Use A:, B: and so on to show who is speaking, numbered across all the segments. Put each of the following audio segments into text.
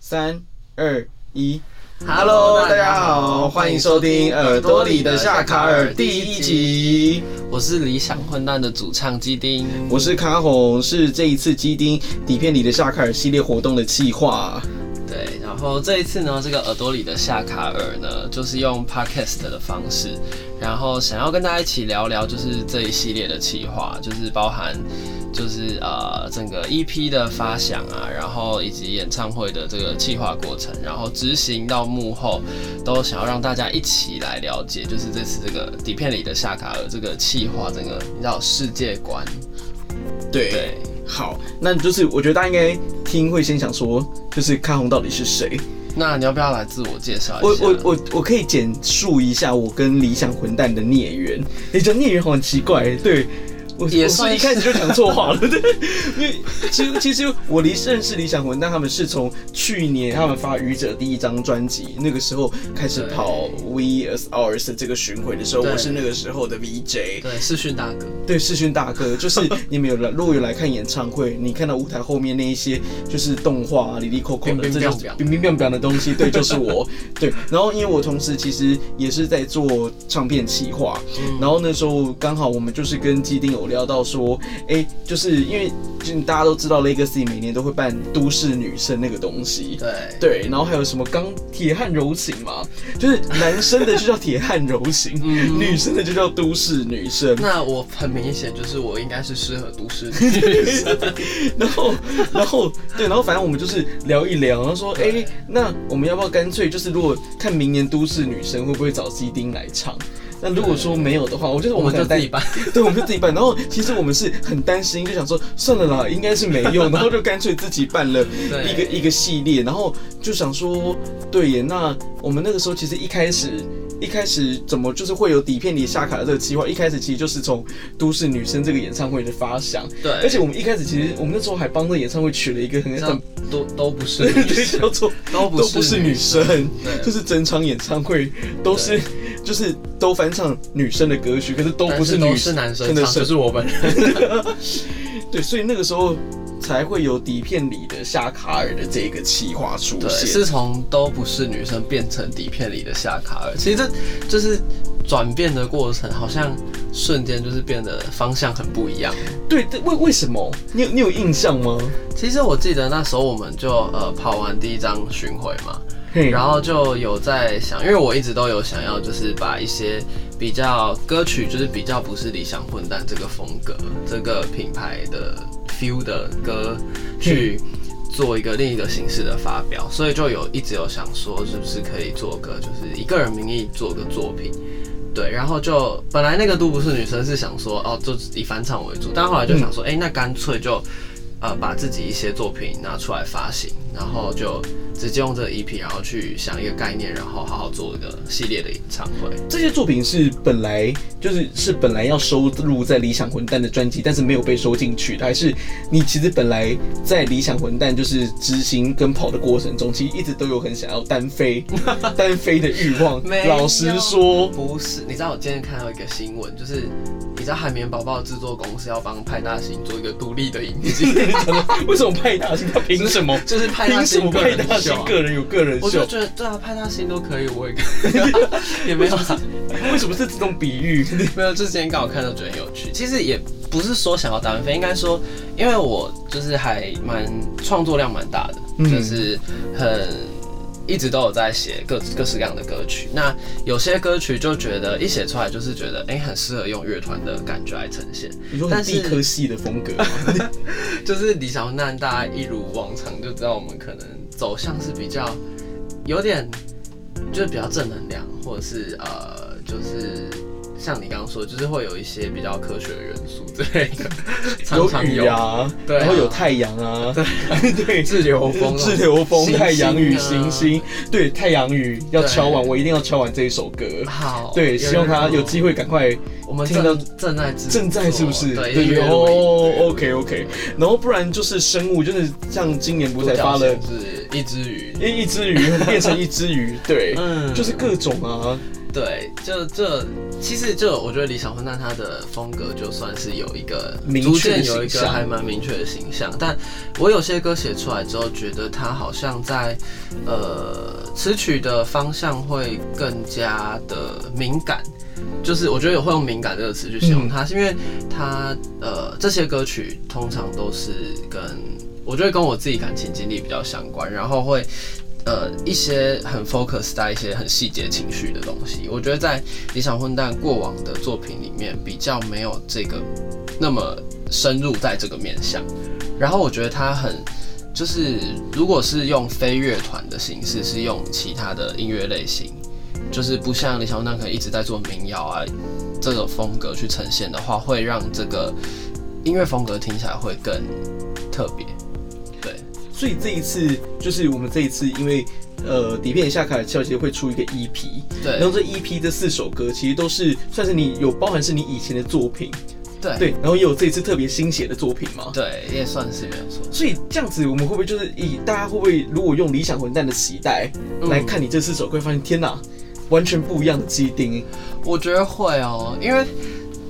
A: 三二一，Hello，大家好，欢迎收听《耳朵里的夏卡尔》第一集。
B: 我是理想混蛋的主唱基丁，
A: 我是卡红，是这一次基丁底片里的夏卡尔系列活动的企划。
B: 对，然后这一次呢，这个耳朵里的夏卡尔呢，就是用 podcast 的方式，然后想要跟大家一起聊聊，就是这一系列的企划，就是包含就是呃整个 EP 的发想啊，然后以及演唱会的这个企划过程，然后执行到幕后，都想要让大家一起来了解，就是这次这个底片里的夏卡尔这个企划，整个你知道世界观，对。
A: 好，那就是我觉得大家应该听会先想说，就是看红到底是谁。
B: 那你要不要来自我介绍一
A: 我
B: 下？
A: 我我我可以简述一下我跟理想混蛋的孽缘。你觉得孽缘好像很奇怪，对。我
B: 也
A: 我
B: 算
A: 是一开始就讲错话了，对， 因为其实其实我离认识理想混蛋他们是从去年他们发《愚者》第一张专辑那个时候开始跑 We As Ours 的这个巡回的时候，
B: 对
A: 我是那个时候的 VJ，
B: 对视讯大哥。
A: 对，世勋大哥，就是你们有来，如果有来看演唱会，你看到舞台后面那一些就是动画啊、里里扣扣的，
B: 冰冰
A: 这就是
B: 冰冰
A: 冰冰冰冰的东西，对，就是我，对。然后因为我同时其实也是在做唱片企划，然后那时候刚好我们就是跟基丁有聊到说，哎、就是因为就大家都知道 Legacy 每年都会办都市女生那个东西，
B: 对，
A: 对，然后还有什么钢铁汉柔情嘛，就是男生的就叫铁汉柔情，
B: 嗯
A: 女生的就叫都市女生。
B: 那我很明显就是我应该是适合都市女 生。
A: 然后，然后对，然后反正我们就是聊一聊，然后说，哎、
B: 对
A: 那我们要不要干脆就是，如果看明年都市女生会不会找基丁来唱？那如果说没有的话，我觉得
B: 我
A: 我们
B: 们就
A: 很
B: 自
A: 担
B: 己办，
A: 对，我们就自己办。然后其实我们是很担心，就想说算了啦，应该是没用，然后就干脆自己办了
B: 对
A: 一个一个系列。然后就想说，对耶，那我们那个时候其实一开始。一开始怎么就是会有底片里下卡的这个计划？一开始其实就是从都市女生这个演唱会的发想，
B: 对，
A: 而且我们一开始其实我们那时候还帮这演唱会取了一个很
B: 像
A: 很
B: 都都不是女
A: 对
B: 生，
A: 叫做
B: 都
A: 都不是女生，
B: 对
A: 就是整场演唱会都是就是都翻唱女生的歌曲，可是都
B: 但
A: 不是
B: 都
A: 女
B: 是
A: 生
B: 男生
A: 真的
B: 唱，
A: 是
B: 就是我本人。
A: 对，所以那个时候才会有底片里的夏卡尔的这个企划出
B: 对，
A: 现。
B: 是从都不是女生变成底片里的夏卡尔。其实这就是转变的过程，好像瞬间就是变得方向很不一样。
A: 对，对为为什么？你有你有印象吗？
B: 其实我记得那时候我们就呃跑完第一张巡回嘛，
A: 嘿
B: 然后就有在想，因为我一直都有想要，就是把一些比较歌曲，就是比较不是理想混蛋这个风格、这个品牌的 feel 的歌去。做一个另一个形式的发表，所以就有一直有想说，是不是可以做个就是以个人名义做个作品，对，然后就本来那个都不是女生是想说哦，就以翻唱为主，但后来就想说，哎、那干脆就呃把自己一些作品拿出来发行，然后就直接用这个 EP，然后去想一个概念，然后好好做一个系列的演唱会。
A: 这些作品是本来就是是本来要收录在《理想混蛋》的专辑，但是没有被收进去的，还是你其实本来在《理想混蛋》就是执行跟跑的过程中，其实一直都有很想要单 飞单飞的欲望
B: 没。有
A: 老实说，
B: 不是，你知道我今天看到一个新闻，就是你知道海绵宝宝制作公司要帮派大星做一个独立的影集，
A: 为什么派大星？他凭什么？
B: 就是派大
A: 凭什
B: 星
A: 么
B: 个
A: 派
B: 人
A: 大
B: 秀
A: 星
B: 啊。
A: 个人有个人
B: 我就
A: 秀？
B: 觉得对啊，派大星都可以，我也可 以，也没有啊
A: 为什么是这种比喻？
B: 没有，之前刚好看到觉得很有趣。其实也不是说想要单飞，应该说，因为我就是还蛮创作量蛮大的，
A: 嗯
B: 就是很一直都有在写各各式各样的歌曲。那有些歌曲就觉得一写出来就是觉得，哎、很适合用乐团的感觉来呈现。
A: 你说很
B: 但
A: 地
B: 是
A: 科系的风格吗，
B: 就是李小娜，大家一如往常就知道我们可能走向是比较有点，就是比较正能量，或者是呃，就是像你刚刚说，就是会有一些比较科学的元素之类 的，常常
A: 有雨
B: 有
A: 啊，
B: 对啊
A: 然后有太阳啊， 对，
B: 自由风啊、
A: 自由风、
B: 行星啊
A: 太阳雨、行星，对，太阳雨要敲完，
B: 对
A: 我一定要敲完这一首歌。
B: 好，
A: 对，希望他有机
B: 会。
A: 会赶快
B: 我们
A: 听到
B: 正正在制作
A: 正在是不是？
B: 对，
A: 对
B: 越
A: 对
B: 录
A: 哦
B: 越录
A: ，OK OK。然后不然就是生物，就是像今年不
B: 独
A: 是才
B: 角
A: 发了
B: 仙是一只鱼，
A: 一一只鱼变成一只鱼，对，
B: 嗯
A: 就是各种啊，
B: 对，就这其实就我觉得理想混蛋他的风格就算是有一个
A: 明确
B: 逐渐有一
A: 形
B: 个
A: 象
B: 还蛮明确的形象，但我有些歌写出来之后，觉得他好像在呃词曲的方向会更加的敏感。就是我觉得有会用敏感这个词去
A: 嗯
B: 形容它，是因为它呃这些歌曲通常都是跟我觉得跟我自己感情经历比较相关，然后会呃一些很 focus 在一些很细节情绪的东西。我觉得在理想混蛋过往的作品里面比较没有这个那么深入在这个面向，然后我觉得他很。就是，如果是用非乐团的形式，是用其他的音乐类型，就是不像李小那可能一直在做民谣啊这种风格去呈现的话，会让这个音乐风格听起来会更特别。对，
A: 所以这一次就是我们这一次，因为呃，底片下卡尔乔其实会出一个 E EP，
B: 对
A: 然后这 EP 这四首歌其实都是算是你有包含是你以前的作品，
B: 对
A: 对，然后也有这一次特别新写的作品嘛。
B: 对，也算是没有错。
A: 所以这样子，我们会不会就是以大家会不会如果用理想混蛋的期待
B: 嗯
A: 来看你这四首歌，会发现天哪，完全不一样的基丁。
B: 我觉得会哦，因为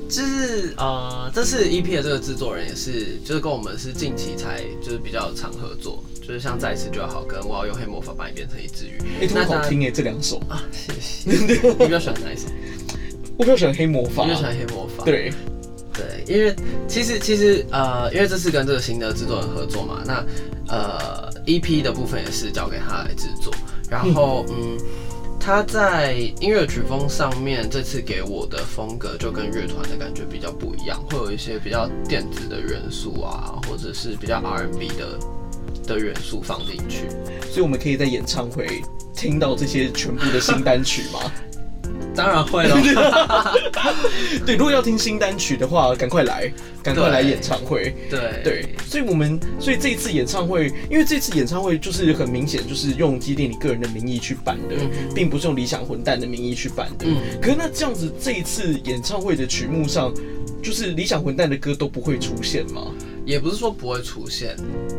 B: 就是呃，这次 EP 的这个制作人也是，就是跟我们是近期才就是比较常合作，就是像再一次就好跟我要用黑魔法把你变成一只鱼，
A: 哎、这么
B: 当
A: 好
B: 然
A: 听哎、这两首，
B: 啊，谢谢。 你比较喜欢哪一首？
A: 我比较喜欢黑魔
B: 我
A: 法
B: 比较。喜欢黑魔法。
A: 对，
B: 对，因为其实其实呃，因为这次跟这个新的制作人合作嘛，那呃 EP 的部分也是交给他来制作，然后嗯。他在音乐曲风上面，这次给我的风格就跟乐团的感觉比较不一样，会有一些比较电子的元素啊，或者是比较 R&B 的的元素放进去。
A: 所以我们可以在演唱会听到这些全部的新单曲吗？
B: 当然会了，
A: 对，如果要听新单曲的话，赶快来，赶快来
B: 对
A: 演唱会。
B: 对
A: 对，所以我们所以这一次演唱会，因为这次演唱会就是很明显就是用基地你个人的名义去办的，
B: 嗯哼
A: 并不是用理想混蛋的名义去办的。
B: 嗯
A: 可是那这样子，这一次演唱会的曲目上，就是理想混蛋的歌都不会出现吗？
B: 也不是说不会出现，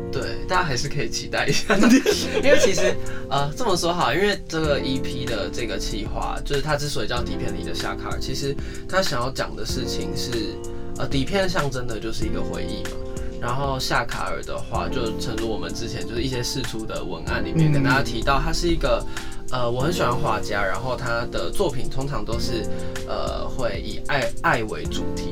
B: 对，大家还是可以期待一下， 因为其实呃这么说好，因为这个 EP 的这个企划，就是它之所以叫底片里的夏卡尔，其实它想要讲的事情是，呃，底片象征的就是一个回忆嘛。然后夏卡尔的话，就诚如我们之前就是一些试出的文案里面
A: 嗯
B: 跟大家提到，他是一个呃，我很喜欢画家，然后他的作品通常都是呃会以爱爱为主题，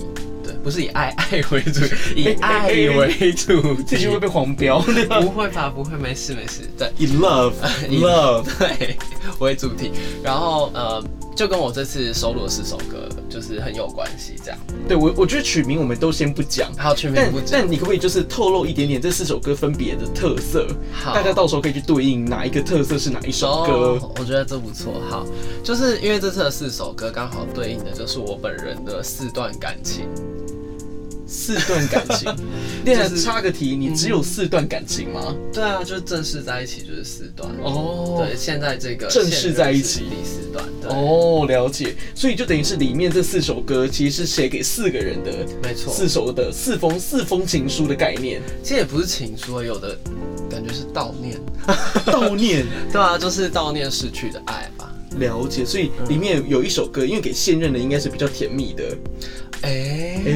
B: 对，哎不是以爱 爱为主，以爱为主
A: 这
B: 题
A: 句。会被黄标。
B: 不会吧？不会，没事没事。对
A: In love,
B: In
A: love。
B: 对，为主题。然后呃，就跟我这次收录的四首歌就是很有关系，这样。
A: 对我，我觉得曲名我们都先不讲。
B: 还有全民
A: 但
B: 嗯不讲，
A: 但你可不可以就是透露一点点这四首歌分别的特色？
B: 好
A: 大家到时候可以去对应哪一个特色是哪一首歌。
B: 哦我觉得这不错。好，就是因为这次的四首歌刚好对应的就是我本人的四段感情。
A: 四段感 情。恋爱
B: 就是
A: 插个题，你只有四段感情吗？
B: 对啊，就是正式在一起就是四段。
A: 哦
B: 嗯对，现在这个
A: 正式在一起
B: 现任是第四段。对，
A: 哦，了解。所以就等于是里面这四首歌其实是写给四个人的，
B: 没错。
A: 四首的四封四封情书的概 念，
B: 其实也不是情书，有的感觉是悼念。
A: 悼念。
B: 对啊， 就是悼念逝去的爱吧。
A: 了解，所以里面有一首歌，因为给现任的应该是比较甜蜜的，
B: 哎、
A: 哎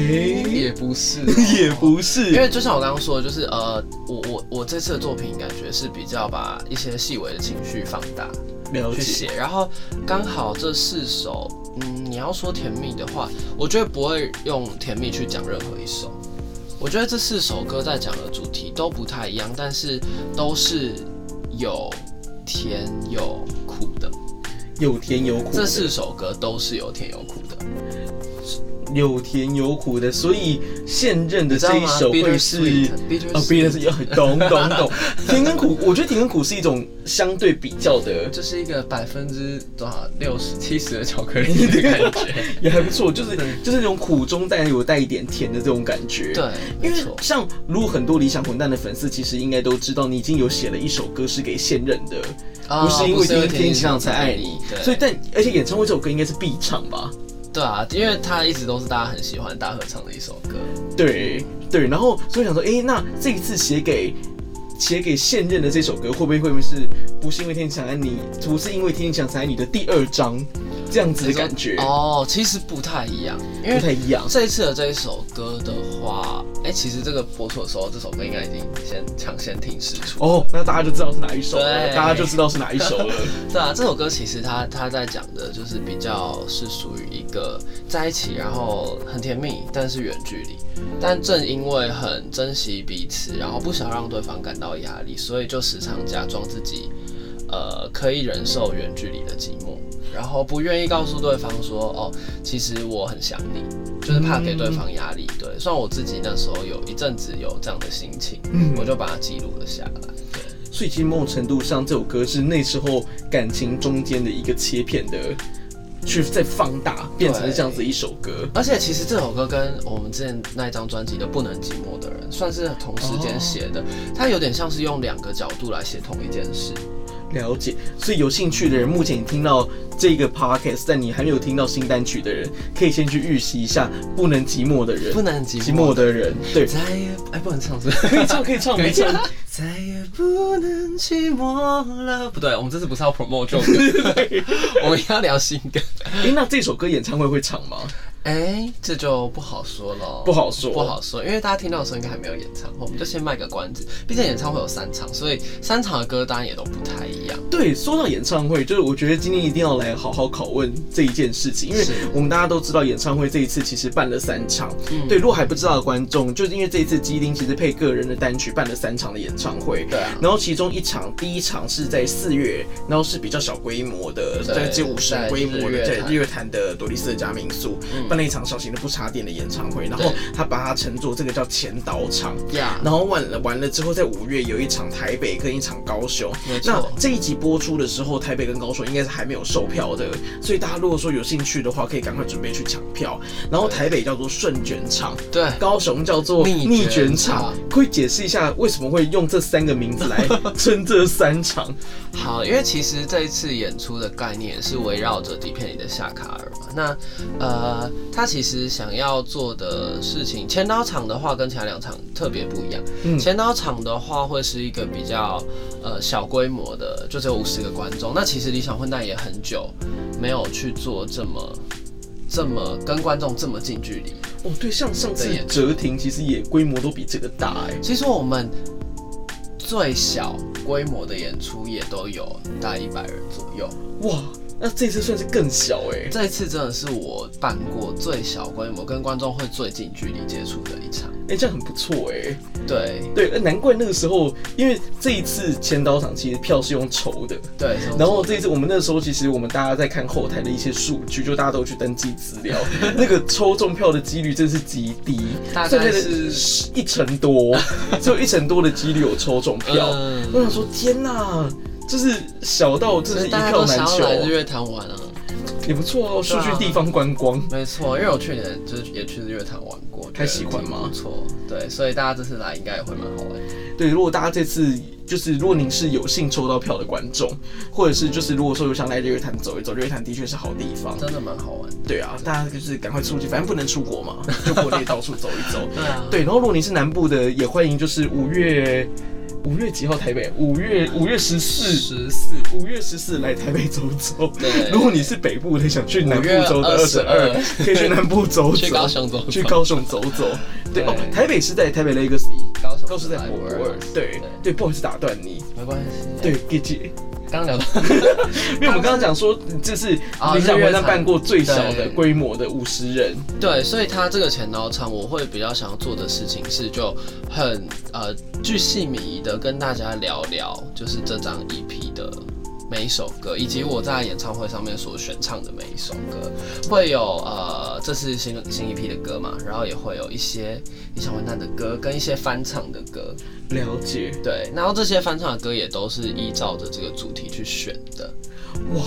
B: 也不是、哦
A: 也。不
B: 因
A: 是。
B: 为就像我刚刚说的，就是呃，我我我这次的作品感觉是比较把一些细微的情绪放大
A: 了
B: 去
A: 解，
B: 写，然后刚好这四首，嗯，你要说甜蜜的话，我觉得不会用甜蜜去讲任何一首。我觉得这四首歌在讲的主题都不太一样，但是都是有甜有苦的。
A: 有甜有苦的，
B: 这四首歌都是有甜有苦的。
A: 有甜有苦的，所以现任的
B: 你知道
A: 这一
B: 吗
A: 首会是。
B: ？Bittersweet，
A: 啊，别人是要懂懂 懂，甜跟苦，我觉得甜跟苦是一种相对比较的，
B: 这是一个百分之多少六十七十的巧克力的感觉。
A: 也还不错，就是就是那种苦中带有带一点甜的这种感觉。
B: 对，
A: 因
B: 没
A: 为
B: 错，
A: 像如果很多理想混蛋的粉丝，其实应该都知道，你已经有写了一首歌是给现任的，
B: 啊
A: 不是因为
B: 不是因为
A: 今天
B: 天
A: 上
B: 上
A: 才
B: 才
A: 爱
B: 爱
A: 你
B: 你。对
A: 所以但而且演唱会这首歌应该是必唱吧？
B: 对啊，因为它一直都是大家很喜欢大合唱的一首歌。
A: 对对，然后所以想说，诶，那这一次写给。写给现任的这首歌，会不会会不会是不是因为天气想爱你，不是因为天气想爱你的第二章？这样子的感觉，
B: 哦，其实不太一样，因
A: 不
B: 为
A: 太一样。
B: 这一次的这一首歌的话，哎、其实这个播出的时候，这首歌应该已经先抢先听试出。
A: 哦，那大家就知道是哪一首了，
B: 对
A: 大家就知道是哪一首了。
B: 对啊，这首歌其实它它在讲的就是比较是属于一个在一起，然后很甜蜜，但是远距离。但正因为很珍惜彼此，然后不想让对方感到压力，所以就时常假装自己，呃，可以忍受远距离的寂寞，然后不愿意告诉对方说，哦，其实我很想你，就是怕给对方压力。对，虽然我自己那时候有一阵子有这样的心情，
A: 嗯
B: 我就把它记录了下来。对。
A: 所以其实某种程度上，这首歌是那时候感情中间的一个切片的，去再放大，变成了这样子一首歌。
B: 而且其实这首歌跟我们之前那一张专辑的《不能寂寞的人》算是同时间写的，它有点像是用两个角度来写同一件事。
A: 了解，所以有兴趣的人，目前你听到这个 podcast，但你还没有听到新单曲的人，可以先去预习一下《不能寂寞的人》。
B: 不能寂
A: 寂寞的人，对，
B: 再也哎不能唱是不
A: 可
B: 是？
A: 以唱，可以唱， 没 唱。
B: 再也不能寂寞了。不对，我们这次不是要 promote 这首歌， 我们要聊新歌。
A: 诶，那这首歌演唱会会唱吗？
B: 哎、这就不好说了，
A: 不好说
B: 不好说，因为大家听到的时候应该还没有演唱会，我们就先卖个关子。毕竟演唱会有三场，所以三场的歌单也都不太一样。
A: 对，说到演唱会，就是我觉得今天一定要来好好拷问这一件事情，因为
B: 是
A: 我们大家都知道演唱会这一次其实办了三场。
B: 嗯
A: 对，如果还不知道的观众，就是因为这一次基丁其实配个人的单曲办了三场的演唱会。
B: 对啊。
A: 然后其中一场，第一场是在四月，然后是比较小规模的，
B: 对
A: 在只有五十人
B: 在
A: 规模
B: 日月
A: 的，在
B: 潭
A: 日月潭的多利斯家民宿
B: 嗯
A: 办了一场小型的不插电的演唱会，然后
B: 对
A: 他把它称作这个叫前导场。
B: 呀
A: 然后完了完了之后，在五月有一场台北跟一场高雄。
B: 没
A: 那
B: 错，
A: 这一集播出的时候，台北跟高雄应该是还没有售票的，所以大家如果说有兴趣的话，可以赶快准备去抢票。然后
B: 对
A: 台北叫做顺卷场，
B: 对，
A: 高雄叫做
B: 逆
A: 逆
B: 卷
A: 卷
B: 场
A: 场。可以解释一下为什么会用这三个名字来称这三场？
B: 好，因为其实这一次演出的概念是围绕着底片里的夏卡尔嘛。那呃，他其实想要做的事情，前导场的话跟其他两场特别不一样。
A: 嗯
B: 前导场的话会是一个比较呃小规模的，就只有五十个观众。那其实理想混蛋也很久没有去做这么这么跟观众这么近距离。
A: 哦，对，像上次
B: 对耶
A: 哲廷其实也规模都比这个大哎、
B: 其实我们最小规模的演出也都有大概一百人左右。
A: 哇，那这次算是更小哎、
B: 这一次真的是我办过最小规模、跟观众会最近距离接触的一场。
A: 哎、这样很不错哎、
B: 对
A: 对，呃难怪那个时候，因为这一次前导场其实票是用筹的，
B: 对，
A: 然后这一次我们那时候其实我们大家在看后台的一些数据，就大家都有去登记资 料，那个抽中票的几率真是极低，
B: 大概
A: 甚
B: 是
A: 至一成多，只有一成多的几率有抽中票。
B: 嗯
A: 我想说，天哪！就是小到真
B: 所
A: 是
B: 以
A: 一
B: 大家都
A: 票难
B: 想要
A: 求，
B: 来日月潭玩啊。
A: 也不错哦。
B: 对
A: 数
B: 啊
A: 据地方观光，
B: 没错，因为我去年就是也去日月潭玩过，
A: 还喜欢吗
B: 觉得挺不错，对，所以大家这次来应该也会蛮好玩的。
A: 对，如果大家这次就是如果您是有幸抽到票的观众，或者是就是如果说有想来日月潭走一走，日月潭的确是好地方。
B: 真的蛮好玩的。
A: 对啊，大家就是赶快出去，反正不能出国嘛，就国内到处走一走。
B: 对啊，
A: 对，然后如果你是南部的，也欢迎就是五月五月几号台北，五月五月十四，
B: 十四，
A: 五月十四来台北走走。
B: 对
A: 如果你是北部的，想去南部
B: 5
A: 走的二十
B: 22
A: 二，可以去南部走走，
B: 去高雄走走
A: 去高雄走走。对哦
B: 对，
A: 台北是在台北 Legacy，
B: 高雄
A: 高雄在博
B: 博
A: 尔。对对，不好意思打断你。
B: 没关系。
A: 对，，给姐，
B: 刚刚聊到
A: 因为我们刚刚讲说，这是
B: 啊
A: 理想
B: 日月
A: 文山
B: 潭
A: 办过最小
B: 对
A: 的规模的五十人，
B: 对，所以他这个前导场，我会比较想要做的事情是，就很呃巨细靡遗的跟大家聊聊，就是这张 EP 的每一首歌，以及我在演唱会上面所选唱的每一首歌，会有呃这是新新 EP 的歌嘛，然后也会有一些理想混蛋的歌跟一些翻唱的歌，
A: 了解。
B: 对，然后这些翻唱的歌也都是依照着这个主题去选的，
A: 哇！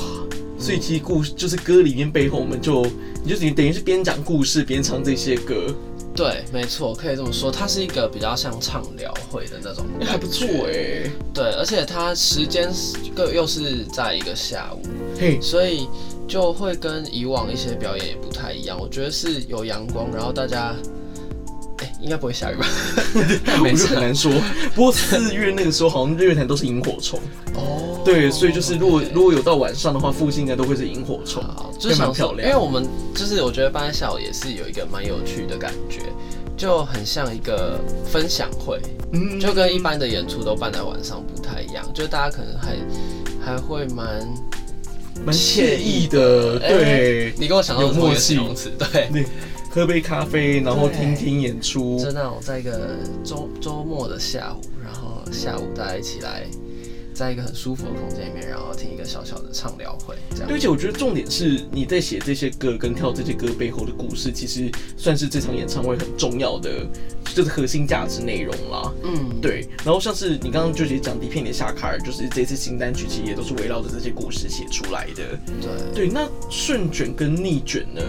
A: 所以其实故事就是歌里面背后，我们就你就等于等于是边讲故事边唱这些歌，
B: 对，没错，可以这么说，它是一个比较像畅聊会的那种感
A: 哎
B: 觉，
A: 还不错哎、
B: 对，而且它时间是又又是在一个下午，
A: 嘿，
B: 所以就会跟以往一些表演也不太一样。我觉得是有阳光，然后大家，哎、应该不会下雨 吧？
A: 我
B: 没
A: 就
B: 事
A: 很难说。不过四月那个时候，好像日月潭都是萤火虫，
B: 哦，
A: 对，所以就是如果如果有到晚上的话，附近应该都会是萤火虫，
B: 好，就
A: 会
B: 是
A: 蛮
B: 想
A: 漂
B: 说，因
A: 亮。
B: 为我们就是我觉得办下午也是有一个蛮有趣的感觉，就很像一个分享会，
A: 嗯
B: 就跟一般的演出都办在晚上不太一样，就大家可能还还会蛮
A: 蛮惬意的，
B: 哎
A: 对，
B: 你跟我想到的
A: 有默
B: 同一个
A: 契
B: 形容词，对，
A: 你喝杯咖啡，然后
B: 对
A: 听听演出
B: 就，那种在一个周周末的下午，然后下午大家一起来，在一个很舒服的空间里面，然后听一个小小的畅聊会，这
A: 对，而
B: 样。
A: 且我觉得重点是你在写这些歌跟跳这些歌背后的故事，其实算是这场演唱会很重要的，就是核心价值内容啦。
B: 嗯，
A: 对，然后像是你刚刚就也讲底片里的夏卡尔，就是这次新单曲其实也都是围绕着这些故事写出来的。
B: 对。
A: 对，那顺卷跟逆卷呢，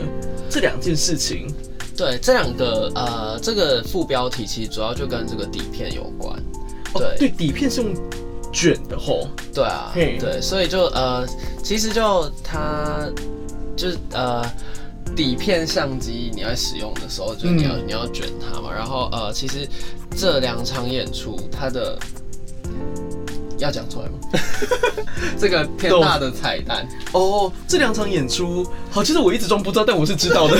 A: 这两件事情，
B: 对，这两个呃，这个副标题其实主要就跟这个底片有关。
A: 哦对，
B: 对，
A: 底片是用卷的吼，
B: 对啊，
A: 嘿
B: 对，所以就呃，其实就它就是呃，底片相机你要使用的时候，就是你要、
A: 嗯
B: 你要卷它嘛。然后呃，其实这两场演出它的。要 讲出来吗？这个偏大的彩蛋，
A: 哦，这两场演出，好，其实我一直装不知道，但我是知道 的。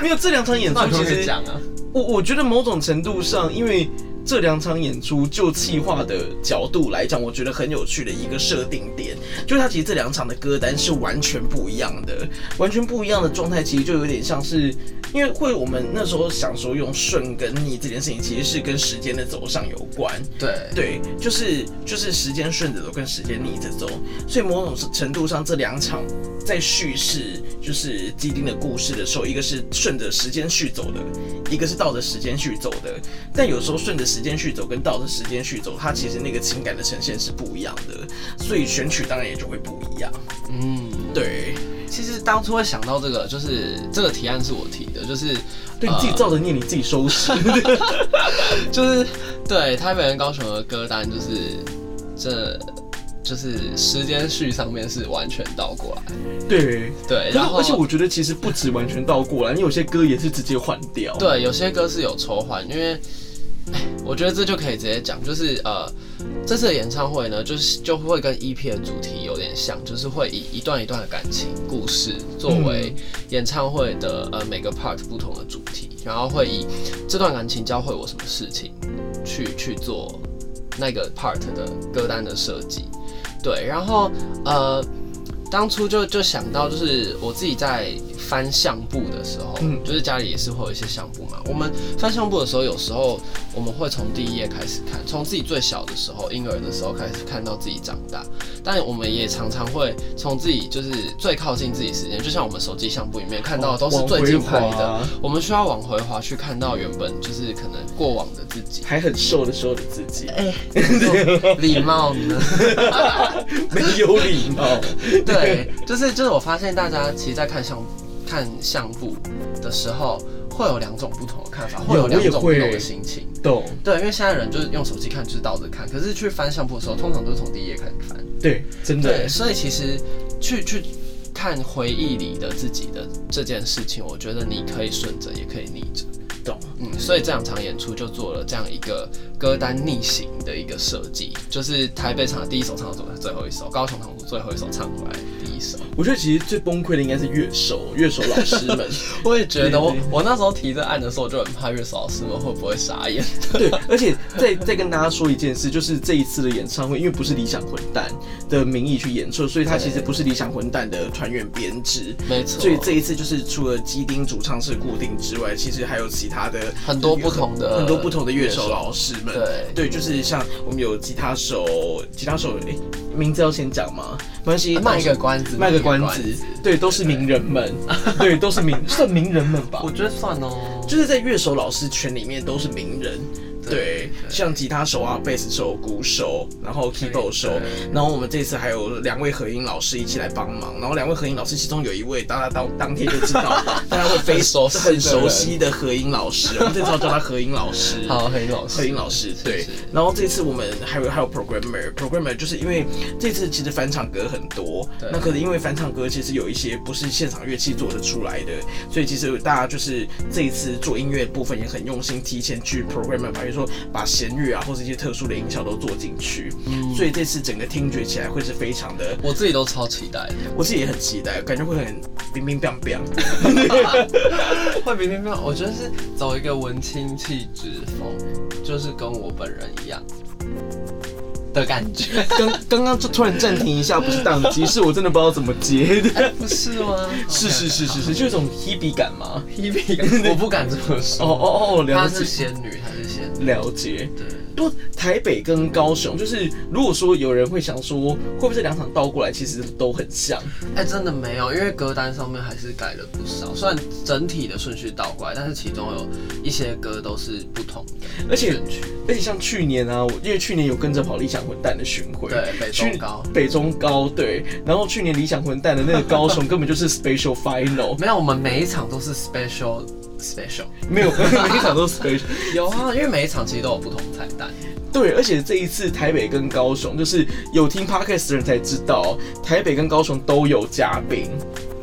A: 没有这两场演出
B: 那，
A: 其
B: 就
A: 实
B: 是讲啊。
A: 我我觉得某种程度上，因为这两场演出就企划的角度来讲，我觉得很有趣的一个设定点，就是它其实这两场的歌单是完全不一样的，完全不一样的状态，其实就有点像是。因为会，我们那时候想说用顺跟逆这件事情，其实是跟时间的走向有关。
B: 对，
A: 对，就是就是时间顺着走跟时间逆着走，所以某种程度上，这两场在叙事就是基丁的故事的时候，一个是顺着时间序走的，一个是倒着时间序走的。但有时候顺着时间序走跟倒着时间序走，它其实那个情感的呈现是不一样的，所以选曲当然也就会不一样。
B: 嗯，
A: 对，
B: 其实当初会想到这个，就是这个提案是我提的，就是
A: 对你自己
B: 啊
A: 照着念，你自己收 拾。
B: 就是对台北人高雄的歌单，就是这就是时间序上面是完全倒过来，
A: 对，
B: 对，
A: 然
B: 然
A: 后
B: 后
A: 而且我觉得其实不止完全倒过来，你有些歌也是直接换掉。
B: 对有些歌是有抽换，因为 哎我觉得这就可以直接讲，就是呃这次的演唱会呢，就是就会跟 EP 的主题有点像，就是会以一段一段的感情故事作为演唱会的呃每个 part 不同的主题，然后会以这段感情教会我什么事情去去做那个 part 的歌单的设计。对，然后呃，当初就就想到，就是我自己在翻相簿的时候，
A: 嗯
B: 就是家里也是会有一些相簿嘛。我们翻相簿的时候，有时候我们会从第一页开始看，从自己最小的时候，婴儿的时候开始看到自己长大。但我们也常常会从自己就是最靠近自己时间，就像我们手机相簿里面看到的都是最近拍
A: 哦往回
B: 的，
A: 滑
B: 我们需要往回滑去看到原本就是可能过往的自 己。
A: 还很瘦的时候的自己，
B: 哎礼貌呢？
A: 没有礼貌。
B: 对，就是就是，我发现大家其实，在看相看相簿的时候，会有两种不同的看法，会有
A: 我
B: 两
A: 也
B: 种不同的
A: 会
B: 心情。
A: 懂，
B: 对，因为现在人就是用手机看，就是倒着看，可是去翻相簿的时候，通常都是从第一页开始翻。
A: 对，真
B: 对，
A: 的，
B: 所以其实去去看回忆里的自己的这件事情，我觉得你可以顺着，也可以逆着。
A: 懂。
B: 嗯，所以这两场演出就做了这样一个歌单逆行的一个设计，就是台北场的第一首唱到最后一首，高雄场的最后一首唱回来第一首。
A: 我觉得其实最崩溃的应该是乐手，乐手老师 们。
B: 我也觉得我，
A: 对
B: 我那时候提这案的时候，我就很怕月嫂老师们会不会傻眼。
A: 对，而且再再跟大家说一件事，就是这一次的演唱会，因为不是理想混蛋的名义去演出，所以它其实不是理想混蛋的团员编制。
B: 没错，
A: 所以这一次就是除了基丁主唱是固定之外，其实还有其他的
B: 很多不同的
A: 很多不同的乐手老师们。
B: 对
A: 对，就是像我们有吉他手，吉他手诶、名字要先讲吗？没关系，
B: 啊卖个关子，
A: 卖个关子，对，都是名人们， 对，都是名算名人们吧
B: 我，觉得算哦，
A: 就是在乐手老师圈里面都是名人，对
B: 对，
A: 像吉他手啊、贝斯手、鼓手，然后 keyboard 手
B: 对，
A: 然后我们这次还有两位合音老师一起来帮忙，然后两位合音老师其中有一位，大家当当天就知 道，大家会非
B: 很熟悉的
A: 很熟悉的合音老师，我们这次要叫他合音老师，
B: 好，黑老师，
A: 配音老师
B: 是
A: 对
B: 是，
A: 然后这次我们还有还有 programmer，programmer 就是因为这次其实翻唱歌很多
B: 对，
A: 那可能因为翻唱歌其实有一些不是现场乐器做得出来的，所以其实大家就是这一次做音乐部分也很用心，提前去 programmer 把乐说把弦乐啊或是一些特殊的音效都做进去，
B: 嗯
A: 所以这次整个听觉起来会是非常的，
B: 我自己都超期待的，
A: 我自己也很期待，感觉会很冰冰冰冰。
B: 会比冰冰，我觉得是走一个文青气质风，就是跟我本人一样的感觉，
A: 刚刚刚就突然暂停一下，不是宕机，是我真的不知道怎么接的。
B: 不是吗？
A: 是是是 是是，就有一种 Hebe 感嘛。
B: 是，我不敢这么
A: 哦
B: 说。
A: 哦哦，了
B: 她是
A: 解
B: 仙女，她是仙女，
A: 了解。
B: 对，
A: 多台北跟高雄，就是如果说有人会想说，会不会这两场倒过来其实都很像？
B: 哎、真的没有，因为歌单上面还是改了不少，虽然整体的顺序倒过来，但是其中有一些歌都是不同的
A: 而且
B: 选曲，
A: 而且像去年啊，我因为去年有跟着跑理想混蛋的巡回，
B: 对，北
A: 去
B: 中高。
A: 北中高对，然后去年理想混蛋的那个高 雄根本就是 special final，
B: 没有，我们每一场都是 special special。
A: 没有每一场都 special，
B: 有啊，因为每一场其实都有不同彩蛋。
A: 对，而且这一次台北跟高雄，就是有听 podcast 的人才知道，台北跟高雄都有嘉宾，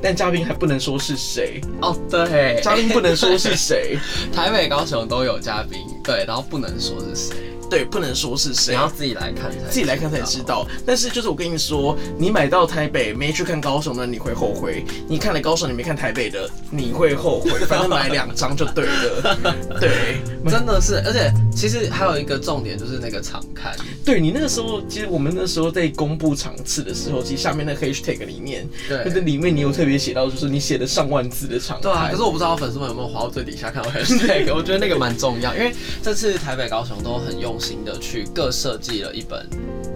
A: 但嘉宾还不能说是谁，
B: 哦，对，
A: 嘉宾不能说是谁，
B: 台北、高雄都有嘉宾，对，然后不能说是谁，
A: 对，不能说是谁
B: 你要自己来看才
A: 自己来看才知。道。但是就是我跟你说，你买到台北没去看高雄的，你会后悔；你看了高雄，你没看台北的，你会后悔。反正买两张就对了。对，
B: 真的是，而且其实还有一个重点就是那个场刊，
A: 对你那个时候，其实我们那时候在公布场次的时候，其实下面那个 hashtag 里面，就是
B: 对。
A: 里面你有特别写到，就是你写了上万字的场
B: 对啊，
A: 刊
B: 可是我不知道粉丝们有没有滑到最底下看 到 hashtag，我觉得那个蛮重要，因为这次台北、高雄都很用心的去各设计了一本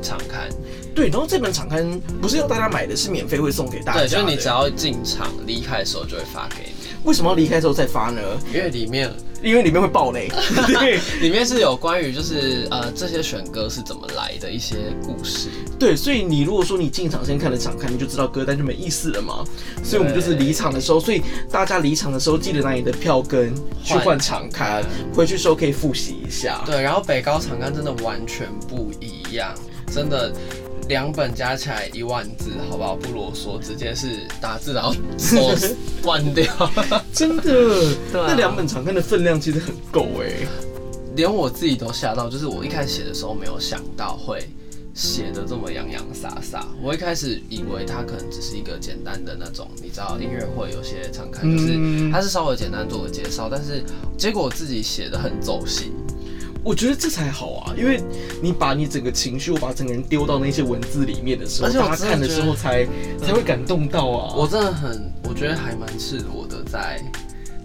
B: 场刊，
A: 对，然后这本场刊不是要大家买的，是免费会送给大家
B: 对，
A: 的。
B: 就是你只要进场离开的时候就会发给你，
A: 为什么要离开之后再发呢？
B: 因为里面
A: 因为里面会爆雷。对。
B: 里面是有关于就是呃这些选歌是怎么来的一些故事，
A: 对，所以你如果说你进场先看了场刊，你就知道歌单就没意思了嘛。所以我们就是离场的时候，所以大家离场的时候记得拿你的票根去换场刊，回去时候可以复习一下。
B: 对，然后北高长干真的完全不一样，真的。两本加起来一万字，好不好？不啰嗦，直接是打字然 后手断掉，
A: 真的，
B: 对啊
A: 那两本场刊的分量其实很够哎、
B: 连我自己都吓到。就是我一开始写的时候没有想到会写的这么洋洋洒洒，我一开始以为它可能只是一个简单的那种，你知道音乐会有些常看，就是
A: 嗯
B: 它是稍微简单做个介绍，但是结果我自己写的很走心。
A: 我觉得这才好啊，因为你把你整个情绪，我把整个人丢到那些文字里面的时候，
B: 而且我
A: 大家
B: 真的
A: 看的嗯
B: 觉
A: 时
B: 得
A: 候才才会感动到啊。
B: 我真的很，我觉得还蛮赤裸的在，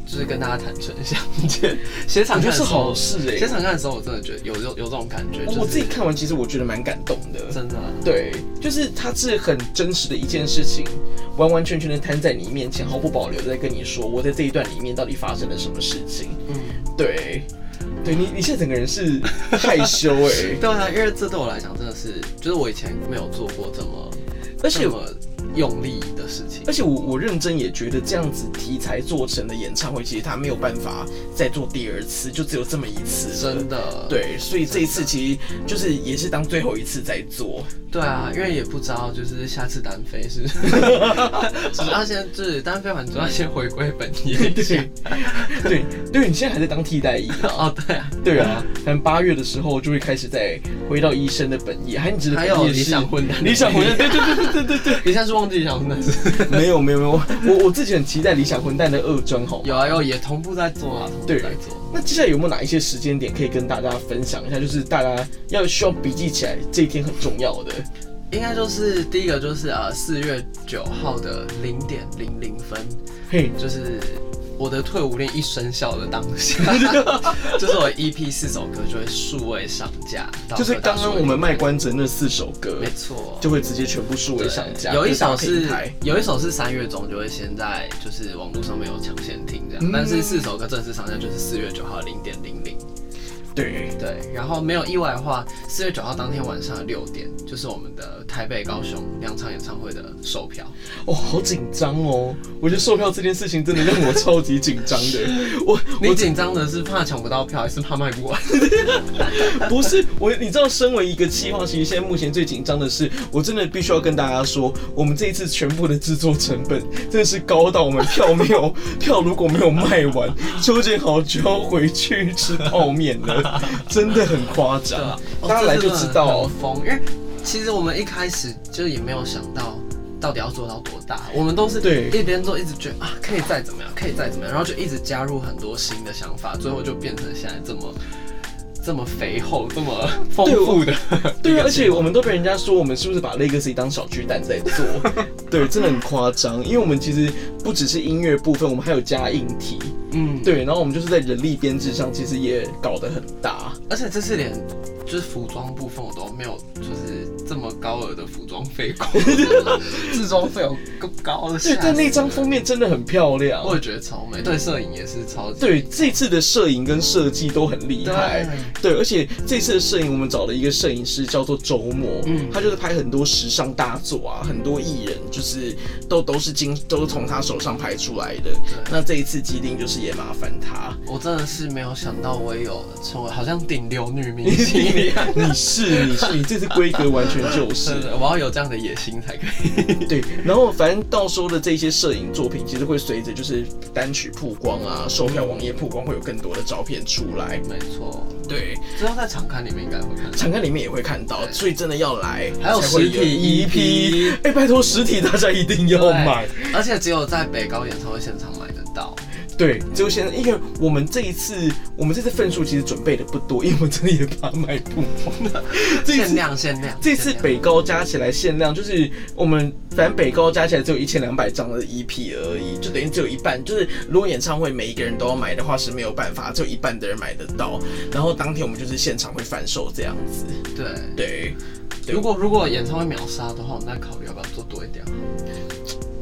B: 就是跟大家坦诚相见。写场
A: 我觉得
B: 看的
A: 是
B: 时
A: 好
B: 候，
A: 事哎、
B: 写场看的时候，我真的觉得有有有这种感觉，就是、
A: 我自己看完，其实我觉得蛮感动的。
B: 真的啊、
A: 对，就是它是很真实的一件事情，完完全全的摊在你面前，毫不保留的在跟你说，我在这一段里面到底发生了什么事情。
B: 嗯，
A: 对，对你，你现在整个人是害羞哎、
B: 对啊，因为这对我来讲真的是，就是我以前没有做过这么
A: 而且
B: 这么用力的事情。
A: 而且我我认真也觉得这样子题材做成的演唱会，其实它没有办法再做第二次，就只有这么一次了。
B: 真的，
A: 对，所以这一次其实就是也是当最后一次在做。
B: 对啊，因为也不知道，就是下次单飞 是，只要先就是单飞完之后先回归本业一 下。
A: 对，对你现在还在当替代役啊？
B: 哦，对啊，
A: 对啊，可能八月的时候就会开始再回到医生的本业，还你指的
B: 还有
A: 本业
B: 理
A: 是
B: 想混蛋，
A: 理想混蛋，对对对对对 对
B: 你现在是忘记理 想混蛋是不是？
A: 对，没有没有没有，我我自己很期待理想混蛋的二专好吗
B: 有啊有，也同步在做啊，同步
A: 对
B: 在做。
A: 那接下来有没有哪一些时间点可以跟大家分享一下？就是大家要需要笔记起来，这一天很重要的。
B: 应该就是第一个就是呃四月九号的零点零零分，
A: 嘿，
B: 就是我的退伍令一生效的当 下，就是我 EP 四首歌就会数位上架，到
A: 就是
B: 各大
A: 刚刚
B: 数位
A: 我们卖
B: 平台，
A: 关子的那四首歌，
B: 没错，
A: 就会直接全部数位上架，
B: 对有一
A: 各大
B: 首
A: 平
B: 是
A: 台
B: 有一首是三月中就会先在就是网络上面有抢先听这样，
A: 嗯
B: 但是四首歌正式上架就是四月九号零点零零。
A: 对。
B: 对，然后没有意外的话，四月九号当天晚上六点，就是我们的台北、高雄两场演唱会的售票。
A: 哦，好紧张哦！我觉得售票这件事情真的让我超级紧张的。我
B: 你紧张的是怕抢不到票，还是怕卖不完？
A: 不是我，你知道，身为一个企划，其实现在目前最紧张的是，我真的必须要跟大家说，我们这一次全部的制作成本真的是高到我们 票没有票如果没有卖完，纠结好就要回去吃泡面了。 的真的很夸张，
B: 对啊，哦
A: 大家来就知道
B: 这真的很疯，因为其实我们一开始就也没有想到到底要做到多大，我们都是
A: 对
B: 一边做一直觉得啊可以再怎么样，可以再怎么样，然后就一直加入很多新的想法，最后就变成现在这么这么肥厚、这么丰富的一
A: 对啊，
B: 个
A: 而
B: 节
A: 且
B: 目。
A: 我们都被人家说我们是不是把 Legacy 当小巨蛋在做？ 对，真的很夸张。因为我们其实不只是音乐部分，我们还有加硬体。
B: 嗯，
A: 对，然后我们就是在人力编制上其实也搞得很大。
B: 而且这次连就是服装部分我都没有，就是这么高额的服装费 过， 制装费有够高的。
A: 对，但那张
B: 风，
A: 封面真的很漂亮。
B: 我也觉得超美，对摄影也是超级
A: 对，这次的摄影跟设计都很厉害。对，而且这次的摄影，我们找了一个摄影师叫做周末，
B: 嗯
A: 他就是拍很多时尚大作啊，很多艺人就是都都是经都是从他手上拍出来的。那这一次基丁就是也麻烦他，
B: 我真的是没有想到我也有成为好像顶流女明 星一样。
A: 你是你是你这次规格完全就是是。
B: 的，我要有这样的野心才可 以。
A: 对，然后反正到时候的这些摄影作品，其实会随着就是单曲曝光啊、售票网页曝光，会有更多的照片出来。
B: 没错，
A: 对，
B: 之后在场刊里面应该会 看到。
A: 场刊里面也会看到，所以真的要来，
B: 还有
A: 才会
B: 实体 E EP
A: 哎、拜托实体大家一定要买。
B: 而且只有在北高演唱会现场买得到。
A: 对，就现在，因为我们这一次，我们这次份数其实准备的不多，因为我们真的也把它卖不完了。这一
B: 限
A: 次
B: 量限量。
A: 这次
B: 限量
A: 北高加起来限量就是我们，反正北高加起来只有一千两百张的 EP 而已，就等于只有一半。就是如果演唱会每一个人都要买的话是没有办法，只有一半的人买得到。然后当天我们就是现场会贩售这样子。
B: 对，
A: 对，对
B: 如果如果演唱会秒杀的话，我们再考虑要不要做多一点。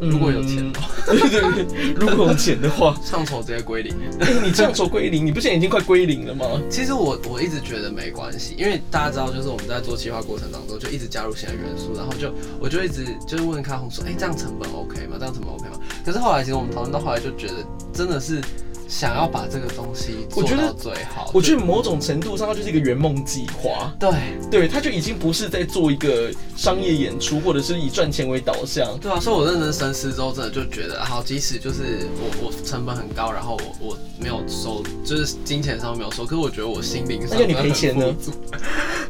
A: 嗯
B: 如果有钱，的话，
A: 对对嗯 对，如果有钱的话，
B: 上头直接归零。
A: 哎、你这样说归零，你不是已经快归零了吗？
B: 其实我我一直觉得没关系，因为大家知道，就是我们在做企划过程当中就一直加入新的元素，然后就我就一直就是问康宏说，哎、这样成本 OK 吗？这样成本 OK 吗？可是后来其实我们讨论到后来就觉得，真的是想要把这个东西做
A: 我觉得
B: 到最好。
A: 我觉得某种程度上，它就是一个圆梦计划。
B: 对
A: 对，它就已经不是在做一个商业演出，或者是以赚钱为导向。
B: 对啊，所以我认真深思之后，真的就觉得，好，即使就是我我成本很高，然后我我没有收，就是金钱上没有收，可是我觉得我心灵上
A: 那你赔钱呢
B: 真的很富足？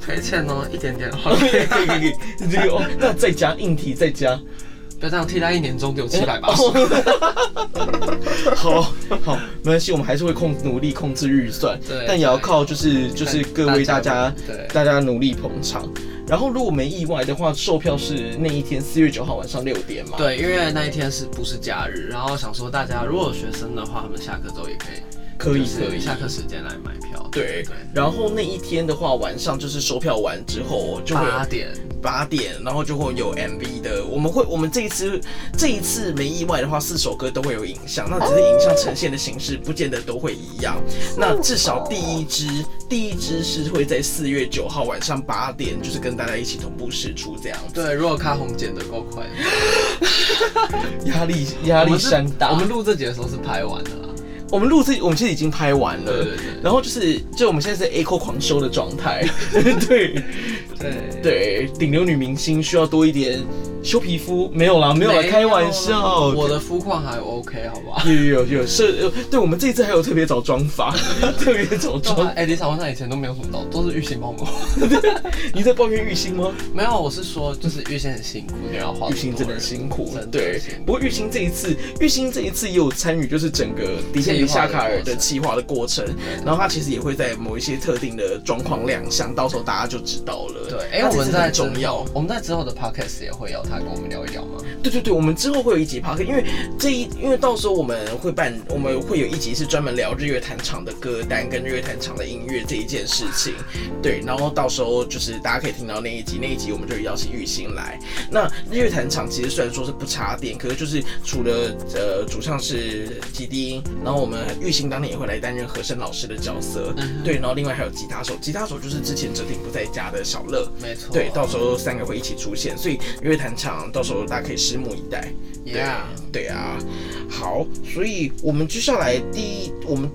B: 赔钱呢，一点点。好
A: 可以可以可以，这个哦，那再加硬体，再加
B: 不要这样，替代一年中就有七百 八十。
A: 好好，没关系，我们还是会控努力控制预算，
B: 对
A: 但也要靠就是就是各位大家
B: 对
A: 大家努力捧场。然后如果没意外的话，售票是那一天四月九号晚上六点嘛？
B: 对，因为那一天是不是假日？然后想说大家如果有学生的话，他们下课之后也可以，
A: 可以
B: 就是
A: 可以
B: 下课时间来买票。
A: 对
B: 对，
A: 然后那一天的话，晚上就是售票完之后就会有
B: 八点
A: 八点，然后就会有 MV 的。我们会，我们这一次这一次没意外的话，四首歌都会有影像，那只是影像呈现的形式不见得都会一样。那至少第一支，第一支是会在四月九号晚上八点，就是跟大家一起同步试出这样子。
B: 对，如果卡红剪得够快，
A: 压力压
B: 我
A: 力
B: 们是
A: 山大。
B: 我
A: 我们
B: 们录这集的时候是拍完的啦。
A: 我们录这，我们其实已经拍完了。
B: 对对对
A: 然后就是，就我们现在是 echo 狂修的状 态，对
B: 对
A: 对，顶流女明星需要多一点修皮肤，没有啦，没有啦，开玩笑，
B: 我的肤况还 OK，好不好？
A: 有有有有是，呃对我们这一次还有特别找 妆发，特别找妆。
B: 哎，李小文上以前都没有什么刀，都是玉鑫帮我。
A: 你在抱怨玉兴吗？
B: 没有，我是说，就是玉鑫很辛苦，你要画。
A: 玉兴真的很辛苦
B: 哦真，的
A: 对
B: 辛。苦
A: 不过玉兴这一次，玉兴这一次也有参与，就是整个迪士尼夏卡尔的企划的过程。然后他其实也会在某一些特定的状况亮相，到时候大家就知道了。
B: 对，哎、
A: 那
B: 我
A: 这
B: 们
A: 次
B: 在
A: 很重
B: 之
A: 要
B: 后。我们在之后的 podcast 也会邀他跟我们聊一聊吗？
A: 对对对，我们之后会有一集 p o d 因为这一，因为到时候我们会办，我们会有一集是专门聊日月潭场的歌单跟日月潭场的音乐这一件事情。对，然后到时候就是大家可以听到那一集，那一集我们就邀请玉兴来。那日月潭场其实虽然说是不插电，可是就是除了呃主唱是吉丁，然后我们玉兴当天也会来担任和声老师的角色。对，然后另外还有吉他手，吉他手就是之前哲廷不在家的小乐。
B: 没错，
A: 对，到时候三个会一起出现，所以乐坛场到时候大家可以拭目以待。对
B: yeah，
A: 啊，对啊，好，所以我们接下来第一，我们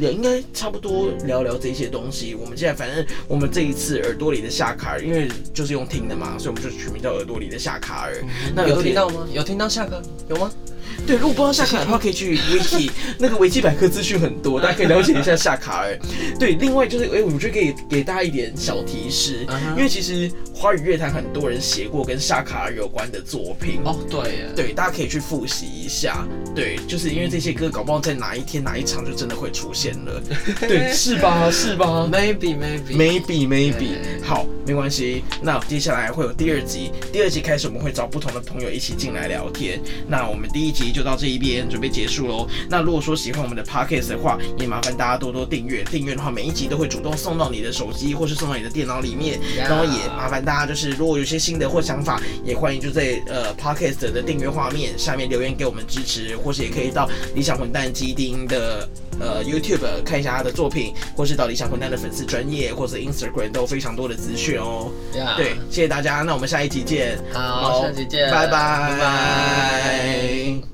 A: 也应该差不多聊聊这些东西。我们现在反正我们这一次耳朵里的夏卡尔，因为就是用听的嘛，所以我们就取名叫耳朵里的夏卡尔。那耳
B: 有
A: 朵里
B: 听到吗？有听到下课有吗？
A: 对，如果不知道夏卡尔的话，可以去 Wiki 那个维基百科资讯很多，大家可以了解一下夏卡尔。对，另外就是，哎、我觉得可以给大家一点小提示
B: 嗯哼
A: 因为其实华语乐坛很多人写过跟夏卡尔有关的作品。
B: 哦，对耶，
A: 对，大家可以去复习一下。对，就是因为这些歌，搞不好在哪一天哪一场就真的会出现了。对，是吧？是吧？
B: ，maybe maybe
A: Maybe maybe
B: 对
A: 好，没关系。那接下来会有第二集，第二集开始我们会找不同的朋友一起进来聊天。那我们第一集就到这一边，准备结束喽。那如果说喜欢我们的 podcast 的话，也麻烦大家多多订阅。订阅的话，每一集都会主动送到你的手机或是送到你的电脑里面。
B: Yeah
A: 然后也麻烦大家就是，如果有些新的或想法，也欢迎就在呃 podcast 的订阅画面下面留言给我们支持，或是也可以到理想混蛋基丁的呃 YouTube 看一下他的作品，或是到理想混蛋的粉丝专业或者 Instagram 都有非常多的资讯哦。
B: Yeah
A: 对，谢谢大家，那我们下一集见。
B: 好下集见
A: 拜拜
B: 拜拜